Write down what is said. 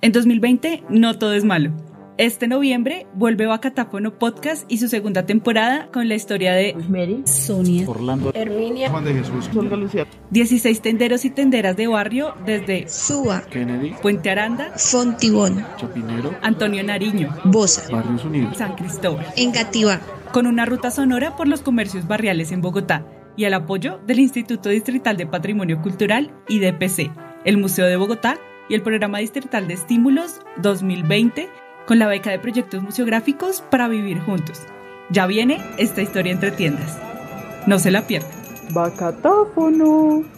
En 2020 no todo es malo. Este noviembre vuelve Bacatafono Podcast y su segunda temporada con la historia de Mary, Sonia, Orlando, Herminia, Juan de Jesús, Santa Lucía, 16 tenderos y tenderas de barrio desde Suba, Kennedy, Puente Aranda, Fontibón, Chapinero, Antonio Nariño, Bosa, Barrios Unidos. San Cristóbal, Engativá, con una ruta sonora por los comercios barriales en Bogotá y al apoyo del Instituto Distrital de Patrimonio Cultural y DPC, el Museo de Bogotá y el Programa Distrital de Estímulos 2020 con la beca de proyectos museográficos para vivir juntos. Ya viene esta historia entre tiendas. No se la pierdan. Bacatáfono.